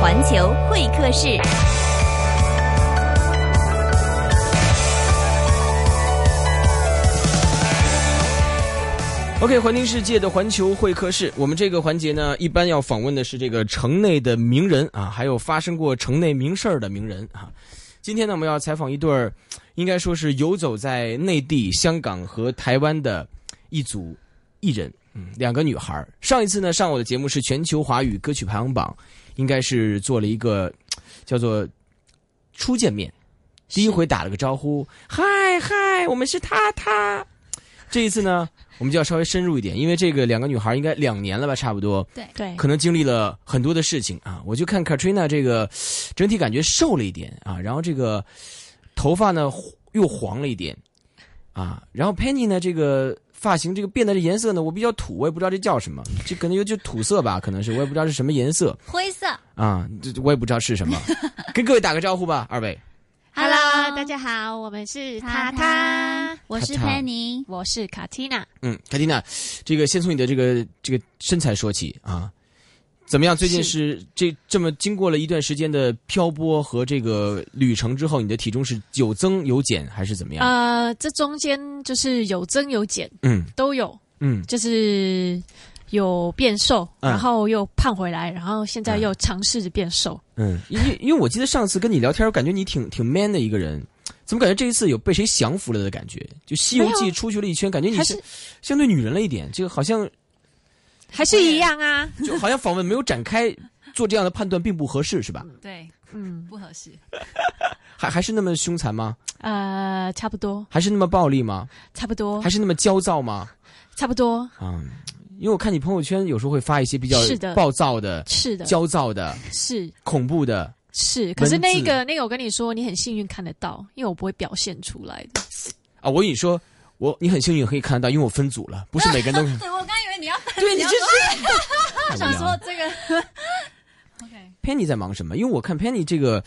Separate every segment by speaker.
Speaker 1: 环球会客室。
Speaker 2: OK，环听世界的环球会客室，我们这个环节呢，一般要访问的是这个城内的名人啊，还有发生过城内名事儿的名人啊。今天呢，我们要采访一对儿，应该说是游走在内地、香港和台湾的一组艺人，嗯，两个女孩儿。上一次呢，上我的节目是全球华语歌曲排行榜，应该是做了一个叫做初见面，第一回打了个招呼，嗨嗨，我们是他他。这一次呢，我们就要稍微深入一点，因为这个两个女孩应该两年了吧，差不多，
Speaker 3: 对
Speaker 4: 对，
Speaker 2: 可能经历了很多的事情啊。我就看 Katrina 这个整体感觉瘦了一点啊，然后这个头发呢又黄了一点啊，然后 Penny 呢这个发型这个变的这颜色呢，我比较土，我也不知道这叫什么，这可能有就土色吧，可能是我也不知道是什么颜色
Speaker 3: 灰色。
Speaker 2: 啊，这我也不知道是什么。跟各位打个招呼吧，二位。
Speaker 3: Hello，
Speaker 4: 大家好，我们是
Speaker 3: 塔
Speaker 4: 塔
Speaker 3: 塔
Speaker 4: 塔，，
Speaker 3: 我是
Speaker 2: 塔塔
Speaker 3: Penny，
Speaker 4: 我是卡缇娜。
Speaker 2: 嗯，凯蒂娜，这个先从你的这个这个身材说起啊，怎么样？最近是这这么经过了一段时间的漂泊和这个旅程之后，你的体重是有增有减还是怎么样？
Speaker 4: 呃，这中间就是有增有减，
Speaker 2: 嗯
Speaker 4: 都有，
Speaker 2: 嗯，
Speaker 4: 就是有变瘦，
Speaker 2: 嗯
Speaker 4: 然后又胖回来，然后现在
Speaker 2: 嗯
Speaker 4: 又尝试着变瘦。
Speaker 2: 嗯，因为因为我记得上次跟你聊天，我感觉你挺挺 man 的一个人，怎么感觉这一次有被谁降服了的感觉？就《西游
Speaker 4: 没
Speaker 2: 记
Speaker 4: 有》
Speaker 2: 出去了一圈，感觉你
Speaker 4: 还
Speaker 2: 是
Speaker 4: 是
Speaker 2: 相对女人了一点，这个好像
Speaker 4: 还是一样啊，
Speaker 2: 就好像访问没有展开，做这样的判断并不合适，是吧？
Speaker 3: 对，
Speaker 4: 嗯，
Speaker 3: 不合适。
Speaker 2: 还还是那么凶残吗？
Speaker 4: 呃，差不多，
Speaker 2: 还是那么暴力吗？
Speaker 4: 差不多
Speaker 2: 还，是那么焦躁吗？
Speaker 4: 差不多，
Speaker 2: 啊、因为我看你朋友圈有时候会发一些比较
Speaker 4: 是的
Speaker 2: 暴躁的、
Speaker 4: 是的，
Speaker 2: 焦躁的、
Speaker 4: 是
Speaker 2: 恐怖的。
Speaker 4: 是，可是
Speaker 2: 文字
Speaker 4: 那个那个，我跟你说，你很幸运看得到，因为我不会表现出来的。
Speaker 2: 啊，我跟你说，我你很幸运可以看得到，因为我分组了，不是每个人都。
Speaker 3: 对，我刚以为你要
Speaker 2: 对你这
Speaker 3: 我
Speaker 2: 是
Speaker 3: 想说这个。OK，
Speaker 2: Penny 在忙什么？因为我看 Penny 这个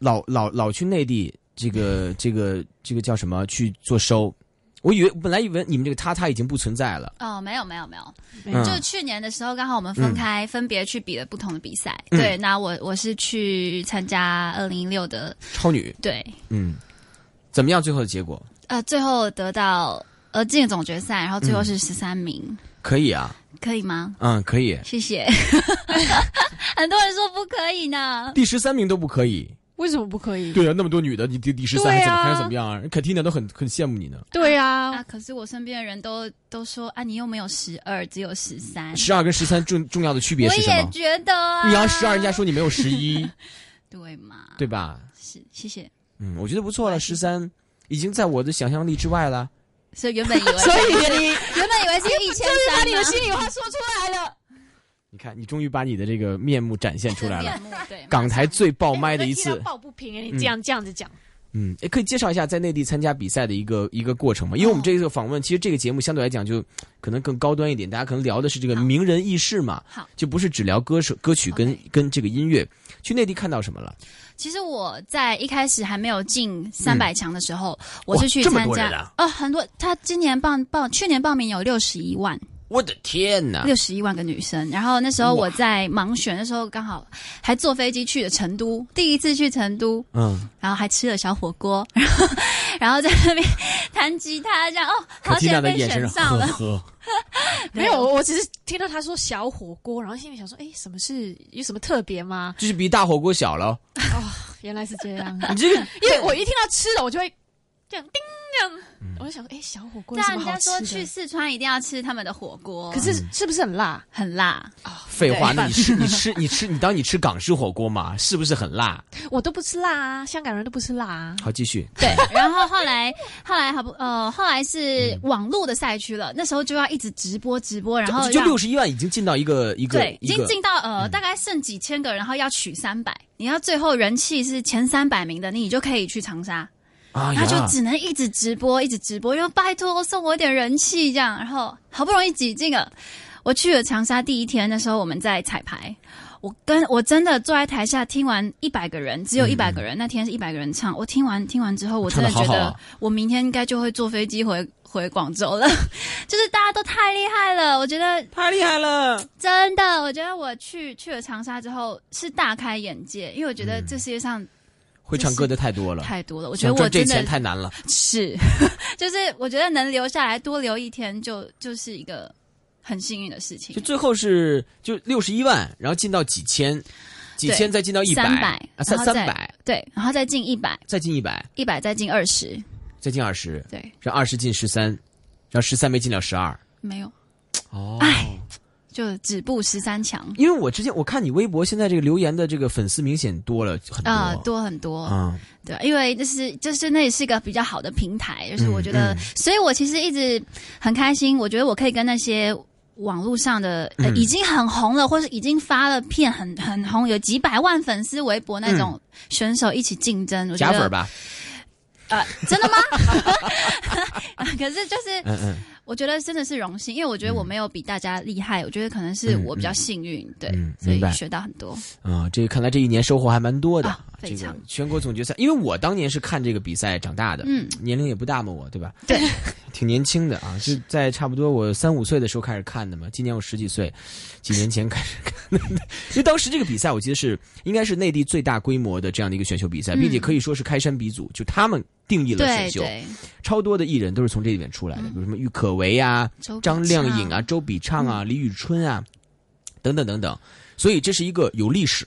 Speaker 2: 老老老去内地，这个这个这个叫什么去做收。我以为本来以为你们这个他他已经不存在了，
Speaker 3: 哦，没有没有没有，
Speaker 2: 嗯
Speaker 3: 就去年的时候，刚好我们分开，分别去比了不同的比赛。
Speaker 2: 嗯
Speaker 3: 对，那我我是去参加二零一六的，
Speaker 2: 超女，
Speaker 3: 对，
Speaker 2: 嗯，怎么样？最后的结果
Speaker 3: 呃，最后得到呃进总决赛，然后最后是十三名，
Speaker 2: 可以啊，
Speaker 3: 可以吗？
Speaker 2: 嗯，可以，
Speaker 3: 谢谢。很多人说不可以呢，
Speaker 2: 第十三名都不可以。
Speaker 4: 为什么不可以？
Speaker 2: 对啊，那么多女的，你第第十
Speaker 4: 对
Speaker 2: 三还
Speaker 4: 啊
Speaker 2: 怎么还要怎么样啊？凯蒂娜都很很羡慕你呢。
Speaker 4: 对
Speaker 2: 哦
Speaker 4: 啊，
Speaker 3: 啊，可是我身边的人都都说啊，你又没有十二，只有十三。
Speaker 2: 十二跟十三重重要的区别
Speaker 3: 我
Speaker 2: 是什
Speaker 3: 也
Speaker 2: 么？
Speaker 3: 觉得啊，
Speaker 2: 你要十二，人家说你没有十一，
Speaker 3: 对嘛？
Speaker 2: 对吧？
Speaker 3: 是，谢谢。
Speaker 2: 嗯，我觉得不错了，十三已经在我的想象力之外了。
Speaker 3: 所以原本以 为，
Speaker 4: 所以你
Speaker 3: 原本以为是一千
Speaker 4: 把
Speaker 3: 三啊
Speaker 4: 你
Speaker 3: 呢
Speaker 4: 的，心里话说出来了。
Speaker 2: 你看，你终于把你的这个面目展现出 来了。
Speaker 3: 面目对，
Speaker 2: 港台最爆哦麦的一
Speaker 4: 哎我
Speaker 2: 次
Speaker 4: 跟，Tina 抱不平哎，你这样、这样子讲，
Speaker 2: 嗯，也可以介绍一下在内地参加比赛的一个一个过程吗？因为我们这个访问，其实这个节目相对来讲就可能更高端一点，大家可能聊的是这个名人轶事嘛，
Speaker 3: 好，
Speaker 2: 就不是只聊歌手、歌曲跟
Speaker 3: OK
Speaker 2: 跟这个音乐。去内地看到什么了？
Speaker 3: 其实我在一开始还没有进三百强的时候，我
Speaker 2: 哇
Speaker 3: 是去
Speaker 2: 这么
Speaker 3: 参
Speaker 2: 多人
Speaker 3: 加
Speaker 2: 啊，
Speaker 3: 呃，很多。他今年报报，去年报名有六十一万，
Speaker 2: 我的天哪！
Speaker 3: 六十一万个女生。然后那时候我在盲选的时候，刚好还坐飞机去了成都，第一次去成都，
Speaker 2: 嗯，
Speaker 3: 然后还吃了小火锅， 然后然后在那边弹吉他，这样哦，
Speaker 2: 凯
Speaker 3: 好
Speaker 2: 蒂娜
Speaker 3: 险
Speaker 2: 的
Speaker 3: 被
Speaker 2: 眼神
Speaker 3: 选
Speaker 2: 是
Speaker 3: 上
Speaker 2: 呵
Speaker 3: 了。
Speaker 2: 呵。嗯
Speaker 4: 没有，我只是听到他说小火锅，然后心里想说，哎，什么是有什么特别吗？
Speaker 2: 就是比大火锅小了。
Speaker 4: 原来是这 样，
Speaker 2: 你这个
Speaker 4: 因为我一听到吃的，我就会这样叮这样，
Speaker 2: 嗯
Speaker 4: 我就想说，哎，小火锅有
Speaker 3: 对
Speaker 4: 什
Speaker 3: 啊，
Speaker 4: 么
Speaker 3: 人家
Speaker 4: 好
Speaker 3: 说
Speaker 4: 吃
Speaker 3: 去
Speaker 4: 的？
Speaker 3: 四川一定要吃他们的火锅，
Speaker 4: 可是
Speaker 2: 嗯
Speaker 4: 是不是很辣？
Speaker 3: 很辣。
Speaker 2: 废话，
Speaker 4: 对
Speaker 2: 那你 吃你吃你吃你当你吃港式火锅嘛，是不是很辣？
Speaker 4: 我都不吃辣啊，香港人都不吃 辣啊。
Speaker 2: 好，继续。
Speaker 3: 对，然后后来后来好不呃，后来是
Speaker 2: 嗯
Speaker 3: 网络的赛区了，那时候就要一直直播直播，然后
Speaker 2: 就
Speaker 3: 让
Speaker 2: 六十一万已经进到一个一个
Speaker 3: 对，已
Speaker 2: 一
Speaker 3: 经
Speaker 2: 个嗯
Speaker 3: 进到呃大概剩几千个，然后要取三百，你要最后人气是前三百名的，你就可以去长沙，
Speaker 2: 啊
Speaker 3: 他就
Speaker 2: 呀，
Speaker 3: 只能一直直播一直直播，因为拜托送我点人气这样，然后好不容易挤进了，我去了长沙第一天，那时候我们在彩排。我跟我真的坐在台下听完一百个人，只有一百个人，那天是一百个人唱，我听完听完之后，我真的
Speaker 2: 嗯唱
Speaker 3: 觉
Speaker 2: 得好
Speaker 3: 得
Speaker 2: 好啊
Speaker 3: 我明天应该就会坐飞机回回广州了， 就是大家都太厉害了，我觉得
Speaker 2: 太厉害了！
Speaker 3: 真的，我觉得我去去了长沙之后是大开眼界，因为我觉得这世界上
Speaker 2: 会唱歌的太多了，
Speaker 3: 太多了，我
Speaker 2: 我
Speaker 3: 觉得我
Speaker 2: 嗯这
Speaker 3: 真
Speaker 2: 钱
Speaker 3: 的
Speaker 2: 太难了。
Speaker 3: 是， 就是我觉得能留下来多留一天就就是一个很幸运的事情
Speaker 2: 就。最后是就六十一万，然后进到几千，几千再进到一百，
Speaker 3: 300
Speaker 2: 啊三
Speaker 3: 然后
Speaker 2: 三
Speaker 3: 再
Speaker 2: 百，
Speaker 3: 对，然后再进一百，
Speaker 2: 再进一百，
Speaker 3: 一百再进二十，
Speaker 2: 再进二十，
Speaker 3: 对，
Speaker 2: 然后二十进十三，然后十三没进了十二。
Speaker 3: 没有，
Speaker 2: 哦，
Speaker 3: 就止步十三强
Speaker 2: 因为我之前我看你微博现在这个留言的这个粉丝明显多了很多
Speaker 3: 啊、多很多。
Speaker 2: 啊，
Speaker 3: 对，因为就是就是那也是一个比较好的平台，就是
Speaker 2: 嗯
Speaker 3: 我觉得，
Speaker 2: 嗯
Speaker 3: 所以我其实一直很开心，我觉得我可以跟那些。网络上的、呃
Speaker 2: 嗯
Speaker 3: 已经很红了，或是已经发了片很很红，有几百万粉丝微博那种选手一起竞争，我觉
Speaker 2: 嗯假
Speaker 3: 得
Speaker 2: 粉吧，
Speaker 3: 呃，真 的吗？可是就是，
Speaker 2: 嗯嗯
Speaker 3: 我觉得真的是荣幸，因为我觉得我没有比大家厉害，我觉得可能是我比较幸运，对，
Speaker 2: 嗯
Speaker 3: 所
Speaker 2: 明白
Speaker 3: 以学到很多。
Speaker 2: 啊，这个看来这一年收获还蛮多的。
Speaker 3: 啊非
Speaker 2: 这个
Speaker 3: 常
Speaker 2: 全国总决赛，因为我当年是看这个比赛长大的，
Speaker 3: 嗯，
Speaker 2: 年龄也不大嘛，我对吧？
Speaker 3: 对，
Speaker 2: 挺年轻的啊，就在差不多我三五岁的时候开始看的嘛。今年我十几岁，几年前开始看的， 因为当时这个比赛我记得是应该是内地最大规模的这样的一个选秀比赛，
Speaker 3: 嗯
Speaker 2: 并且可以说是开山鼻祖，就他们定义了选
Speaker 3: 对
Speaker 2: 秀，
Speaker 3: 对，
Speaker 2: 超多的艺人都是从这里面出来的，
Speaker 3: 嗯
Speaker 2: 比如什么郁可唯啊、
Speaker 3: 周笔
Speaker 2: 张靓
Speaker 3: 畅
Speaker 2: 颖啊、周笔畅啊、
Speaker 3: 嗯
Speaker 2: 李宇春啊，等等等等。所以这是一个有历史、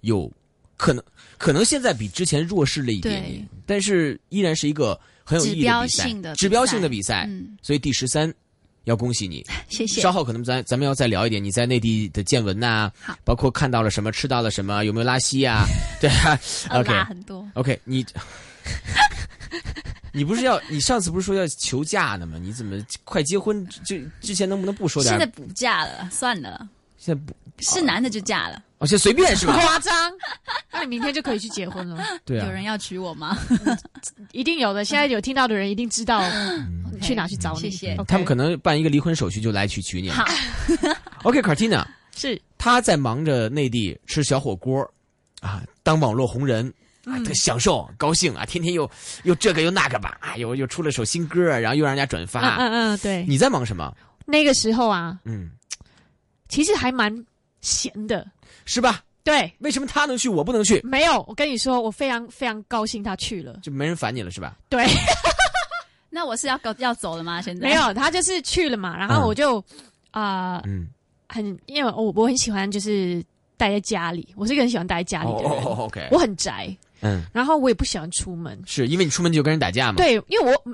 Speaker 2: 有可能，可能现在比之前弱势了一点点
Speaker 3: 对，
Speaker 2: 但是依然是一个很有意义的比
Speaker 3: 指
Speaker 2: 赛
Speaker 3: 标性的比赛
Speaker 2: 指标性的比赛。
Speaker 3: 嗯，
Speaker 2: 所以第十三，要恭喜你。
Speaker 3: 谢谢
Speaker 2: 稍。后可能咱咱们要再聊一点你在内地的见闻呐、
Speaker 3: 好
Speaker 2: 包括看到了什么、吃到了什么、有没有拉稀啊？对啊
Speaker 3: 呃，
Speaker 2: ，OK
Speaker 3: 拉很多，
Speaker 2: OK，你 你不是要你上次不是说要求嫁呢吗？你怎么快结婚之之前能不能不说点啊
Speaker 3: 现
Speaker 2: 儿？
Speaker 3: 在补假了，算了，
Speaker 2: 现在不，
Speaker 3: 是男的就嫁了。
Speaker 2: 哦，现在随便 是吧？
Speaker 4: 夸张，那你明天就可以去结婚了，
Speaker 2: 对啊，
Speaker 3: 有人要娶我吗？
Speaker 4: 一定有的。现在有听到的人一定知道
Speaker 2: 嗯
Speaker 3: OK
Speaker 4: 去哪去找你。
Speaker 3: 谢谢。
Speaker 4: OK
Speaker 2: 他们可能办一个离婚手续就来去娶你了。
Speaker 3: 好，
Speaker 2: OK，Cartina，、
Speaker 4: 是
Speaker 2: 她在忙着内地吃小火锅，啊，当网络红人。啊，
Speaker 3: 嗯
Speaker 2: 特享受，高兴啊！天天又又这个又那个吧，啊，又又出了首新歌，然后又让人家转
Speaker 4: 嗯
Speaker 2: 发。
Speaker 4: 嗯嗯，对，
Speaker 2: 你在忙什么？
Speaker 4: 那个时候啊，
Speaker 2: 嗯，
Speaker 4: 其实还蛮闲的。
Speaker 2: 是吧？
Speaker 4: 对，
Speaker 2: 为什么他能去，我不能去？
Speaker 4: 没有，我跟你说，我非常非常高兴他去了。
Speaker 2: 就没人烦你了，是吧？
Speaker 4: 对，
Speaker 3: 那我是要搞要走了吗？现在
Speaker 4: 没，有，他就是去了嘛，然后我就啊、呃
Speaker 2: 嗯，
Speaker 4: 很因为我我很喜欢就是待在家里，我是一个很喜欢待在家里
Speaker 2: 哦
Speaker 4: 的人，
Speaker 2: 哦哦，OK，
Speaker 4: 我很宅，
Speaker 2: 嗯，
Speaker 4: 然后我也不喜欢出门。
Speaker 2: 是因为你出门就跟人打架嘛？，
Speaker 4: 对，因为我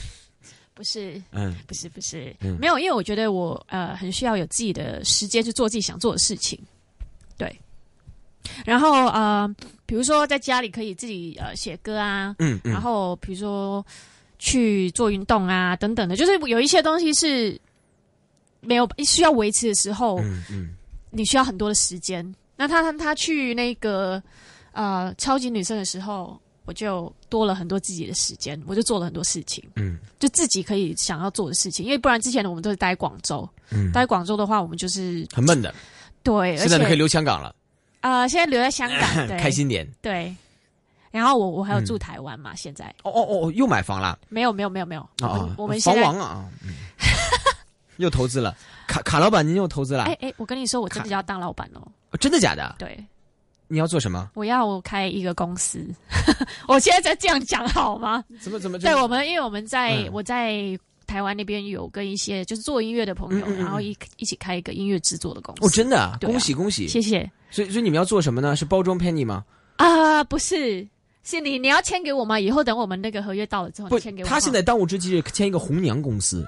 Speaker 4: 不是
Speaker 2: 嗯
Speaker 4: 不是不是、
Speaker 2: 嗯
Speaker 4: 没有，因为我觉得我呃很需要有自己的时间去做自己想做的事情，对。然后呃，比如说在家里可以自己呃写歌啊，
Speaker 2: 嗯嗯，
Speaker 4: 然后比如说去做运动啊等等的，就是有一些东西是没有需要维持的时候，
Speaker 2: 嗯嗯，
Speaker 4: 你需要很多的时间。那他他去那个呃超级女生的时候，我就多了很多自己的时间，我就做了很多事情，
Speaker 2: 嗯，
Speaker 4: 就自己可以想要做的事情。因为不然之前我们都是待广州，
Speaker 2: 嗯
Speaker 4: 待广州的话，我们就是
Speaker 2: 很闷的，
Speaker 4: 对，
Speaker 2: 现
Speaker 4: 而
Speaker 2: 在可以
Speaker 4: 且
Speaker 2: 留香港了，
Speaker 4: 呃现在留在香 港，对，
Speaker 2: 开心点。
Speaker 4: 对。然后我我还有
Speaker 2: 嗯
Speaker 4: 住台湾嘛，现在
Speaker 2: 哦哦哦哦，又买房了
Speaker 4: 没有没有没有没有，我
Speaker 2: 啊
Speaker 4: 们、
Speaker 2: 啊！
Speaker 4: 我们现
Speaker 2: 房
Speaker 4: 在
Speaker 2: 王啊，嗯 又投资了。卡卡老板，您又投资了
Speaker 4: 哎？哎，我跟你说，我真
Speaker 2: 啊
Speaker 4: 的要当老板哦，
Speaker 2: 哦真的假的？
Speaker 4: 对。
Speaker 2: 你要做什么？
Speaker 4: 我要开一个公司， 我现在在这样讲好吗？
Speaker 2: 怎么怎么？
Speaker 4: 对我们，因为我们在、
Speaker 2: 嗯
Speaker 4: 我在台湾那边有跟一些就是做音乐的朋友，
Speaker 2: 嗯嗯嗯
Speaker 4: 然后一一起开一个音乐制作的公司。
Speaker 2: 哦，真的啊，
Speaker 4: 对啊
Speaker 2: 恭喜恭喜！
Speaker 4: 谢谢
Speaker 2: 所以所以你们要做什么呢？是包装 Penny 吗？
Speaker 4: 啊、不是，是你你要签给我吗？以后等我们那个合约到了之后，
Speaker 2: 不
Speaker 4: 你哦签给，我吗。
Speaker 2: 他现在当务之急是签一个红娘公司。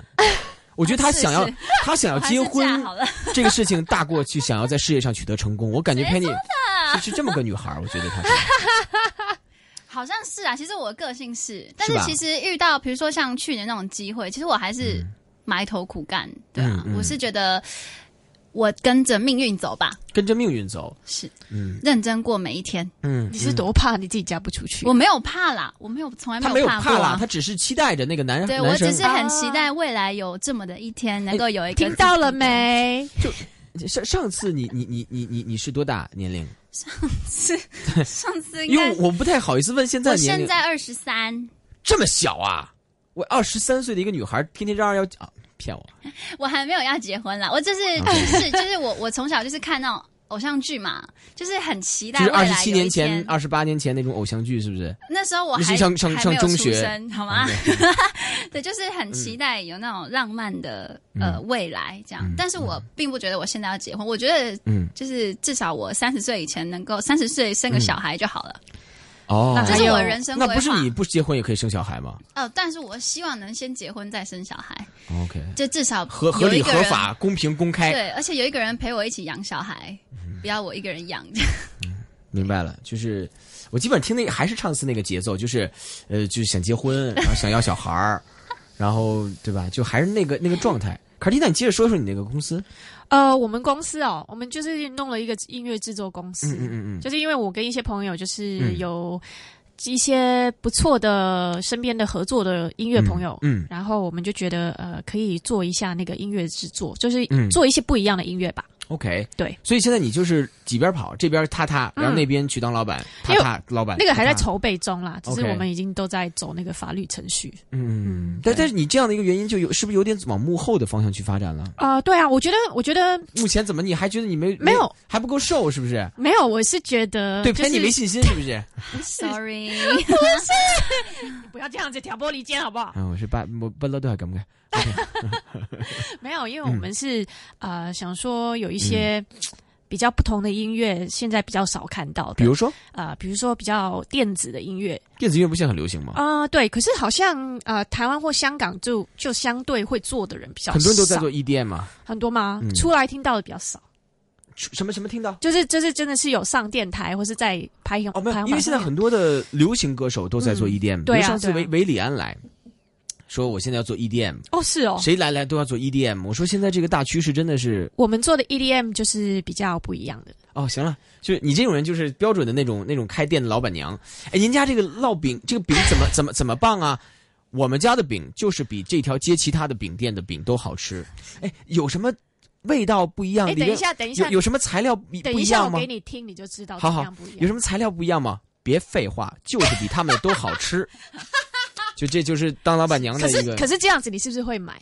Speaker 2: 我觉得 他
Speaker 3: 是
Speaker 2: 想要
Speaker 3: 是，
Speaker 2: 他想要
Speaker 3: 我还
Speaker 2: 结
Speaker 3: 是
Speaker 2: 婚
Speaker 3: 嫁好了，
Speaker 2: 这个事情大过去想要在事业上取得成功。我感觉 Penny 是是这么个女孩儿，我觉得她是。
Speaker 3: 好像是啊。其实我的个性是，但是
Speaker 2: 吧
Speaker 3: 其实遇到比如说像去年那种机会，其实我还是埋头苦干，对啊
Speaker 2: 嗯嗯嗯，
Speaker 3: 我是觉得我跟着命运走吧，
Speaker 2: 跟着命运走。
Speaker 3: 是
Speaker 2: 嗯
Speaker 3: 认真过每一天。
Speaker 2: 嗯，
Speaker 4: 你是多怕你自己嫁不出去？
Speaker 3: 我没有怕啦，我没有从来
Speaker 2: 他
Speaker 3: 没
Speaker 2: 没有
Speaker 3: 过
Speaker 2: 怕
Speaker 3: 啊、
Speaker 2: 啦，他只是期待着那个男
Speaker 3: 对
Speaker 2: 男
Speaker 3: 我
Speaker 2: 生
Speaker 3: 只是很期待未来有这么的一天能够有一个
Speaker 4: 听到了
Speaker 3: 自己的？
Speaker 4: 没？
Speaker 2: 上上次你你你你你你是多大年龄？
Speaker 3: 是 上次应
Speaker 2: 因
Speaker 3: 该
Speaker 2: 为我不太好意思问现在
Speaker 3: 我
Speaker 2: 年
Speaker 3: 现
Speaker 2: 龄，
Speaker 3: 在二十三，
Speaker 2: 这么小啊！我二十三岁的一个女孩，天天嚷嚷要啊骗我，
Speaker 3: 我还没有要结婚啦。我就是
Speaker 2: 啊
Speaker 3: 就是就是我我从小就是看那种偶像剧嘛，就是很期待
Speaker 2: 就是
Speaker 3: 未来
Speaker 2: 二
Speaker 3: 有
Speaker 2: 十
Speaker 3: 一
Speaker 2: 七年前
Speaker 3: 天、
Speaker 2: 二十八年前那种偶像剧，是不是？嗯
Speaker 3: 那时候我
Speaker 2: 你是
Speaker 3: 还
Speaker 2: 上上
Speaker 3: 还
Speaker 2: 上
Speaker 3: 没有
Speaker 2: 中
Speaker 3: 出
Speaker 2: 学
Speaker 3: 生好吗？ 对，就是很期待有那种浪漫的、呃未来这样，
Speaker 2: 嗯
Speaker 3: 但是我并不觉得我现在要结婚，我觉得
Speaker 2: 嗯，
Speaker 3: 就是至少我三十岁以前能够三十岁生个小孩就好了，
Speaker 2: 哦，
Speaker 3: 这
Speaker 4: 还
Speaker 3: 是
Speaker 4: 有
Speaker 3: 我人生规
Speaker 2: 那
Speaker 3: 划。
Speaker 2: 不是你不结婚也可以生小孩吗
Speaker 3: 哦，但是我希望能先结婚再生小孩，
Speaker 2: ？OK，
Speaker 3: 就至少
Speaker 2: 合合
Speaker 3: 有
Speaker 2: 理
Speaker 3: 一个
Speaker 2: 合
Speaker 3: 人
Speaker 2: 法、哎公平公开，
Speaker 3: 对，而且有一个人陪我一起养小孩，
Speaker 2: 嗯
Speaker 3: 不要我一个人 养。
Speaker 2: 明白了，就是我基本上听那还是上次那个节奏，就是呃，就是想结婚，然后想要小孩儿，然后对吧？就还是那个那个状态。卡蒂娜，你接着说说你那个公司。
Speaker 4: 呃，我们公司哦，我们就是弄了一个音乐制作公司，
Speaker 2: 嗯嗯嗯
Speaker 4: 就是因为我跟一些朋友，就是
Speaker 2: 嗯
Speaker 4: 有一些不错的身边的合作的音乐朋友，
Speaker 2: 嗯
Speaker 4: 然后我们就觉得呃，可以做一下那个音乐制作，就是
Speaker 2: 嗯
Speaker 4: 做一些不一样的音乐吧。
Speaker 2: ，OK，
Speaker 4: 对。
Speaker 2: 所以现在你就是几边跑，这边踏踏，然后
Speaker 4: 嗯
Speaker 2: 那边去当老板，踏
Speaker 4: 因为
Speaker 2: 踏老板。
Speaker 4: 那个还在
Speaker 2: 踏踏。
Speaker 4: 筹备中啦，只是
Speaker 2: 哎 OK
Speaker 4: 我们已经都在走那个法律程序。
Speaker 2: 嗯，
Speaker 4: 嗯
Speaker 2: 但
Speaker 4: 对
Speaker 2: 但是你这样的一个原因，就有是不是有点往幕后的方向去发展了？
Speaker 4: 啊、对啊，我觉得，我觉得
Speaker 2: 目前怎么你还觉得你没
Speaker 4: 没有
Speaker 2: 还不够瘦，是不是？
Speaker 4: 没有，我是觉得
Speaker 2: 对，
Speaker 4: 就
Speaker 2: 陪你
Speaker 4: 是
Speaker 2: 没信心，是不 是？
Speaker 3: Sorry，
Speaker 4: 不要这样子挑拨离间，好不好？
Speaker 2: 嗯，我是把我不知道多少敢不敢。
Speaker 4: 没有，因为我们是啊、呃想说有一些
Speaker 2: 嗯
Speaker 4: 比较不同的音乐，现在比较少看到的，
Speaker 2: 比如说
Speaker 4: 啊、比如说比较电子的音乐
Speaker 2: 电子音乐不现在很流行吗？
Speaker 4: 啊、呃对。可是好像啊、呃台湾或香港就就相对会做的人比较少，
Speaker 2: 很多人都在做 E EDM 嘛，
Speaker 4: 很多吗？
Speaker 2: 嗯
Speaker 4: 出来听到的比较少，
Speaker 2: 出什么什么听到？
Speaker 4: 就是就是真的是有上电台或是在排行
Speaker 2: 哦，没
Speaker 4: 排
Speaker 2: 有，
Speaker 4: 行
Speaker 2: 因为
Speaker 4: 榜
Speaker 2: 现在
Speaker 4: 上面
Speaker 2: 很多的流行歌手都在做
Speaker 4: 嗯
Speaker 2: EDM，、比
Speaker 4: 对啊
Speaker 2: 如上次
Speaker 4: 对啊
Speaker 2: 维维里安来说我现在要做 EDM，、
Speaker 4: 哦是哦，
Speaker 2: 谁来来都要做 EDM。我说现在这个大趋势真的是
Speaker 4: 我们做的 EDM 就是比较不一样的。
Speaker 2: 哦，行了，就是你这种人就是标准的那种那种开店的老板娘。哎，您家这个烙饼，这个饼怎么怎么怎么棒啊？我们家的饼就是比这条街其他的饼店的饼都好吃。哎，有什么味道不一样？
Speaker 4: 哎，
Speaker 2: 里
Speaker 4: 等一
Speaker 2: 面
Speaker 4: 下，等一下
Speaker 2: 啊有，有什么材料不
Speaker 4: 等
Speaker 2: 不
Speaker 4: 一
Speaker 2: 一
Speaker 4: 下，
Speaker 2: 样
Speaker 4: 我
Speaker 2: 吗
Speaker 4: 给？你听，你就知道
Speaker 2: 好
Speaker 4: 怎
Speaker 2: 好
Speaker 4: 样不一
Speaker 2: 有
Speaker 4: 样。
Speaker 2: 什么材料不一样吗？别废话，就是比他们的都好 吃。就这就是当老板娘
Speaker 4: 可
Speaker 2: 的一
Speaker 4: 是
Speaker 2: 个，
Speaker 4: 可是这样子，你是不是会买？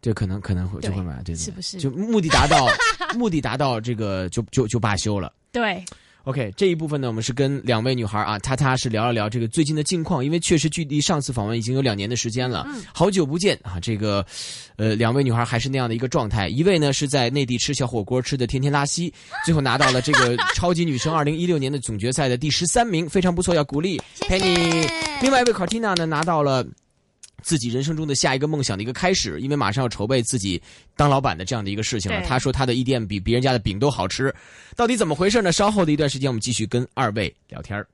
Speaker 2: 对，可能可能会
Speaker 4: 对
Speaker 2: 就会买，对对对，
Speaker 4: 是不是
Speaker 2: 嗯就目的达到， 目的达到，这个就就就罢休了。
Speaker 4: 对，
Speaker 2: OK，这一部分呢，我们是跟两位女孩啊，踏踏是聊了聊这个最近的近况，因为确实距离上次访问已经有两年的时间了，
Speaker 4: 嗯
Speaker 2: 好久不见啊，这个，呃，两位女孩还是那样的一个状态，一位呢是在内地吃小火锅吃的天天拉稀，最后拿到了这个 超级女声二零一六年的总决赛的第十三名，非常不错，要鼓励
Speaker 3: 谢
Speaker 2: Penny
Speaker 3: 谢。。
Speaker 2: 另外一位 Cortina 呢，拿到了。自己人生中的下一个梦想的一个开始，因为马上要筹备自己当老板的这样的 E 一个事情了。
Speaker 4: 对
Speaker 2: 他说他的一店比别人家的饼都好吃，到底怎么回事呢？稍后的一段时间，我们继续跟二位聊天儿。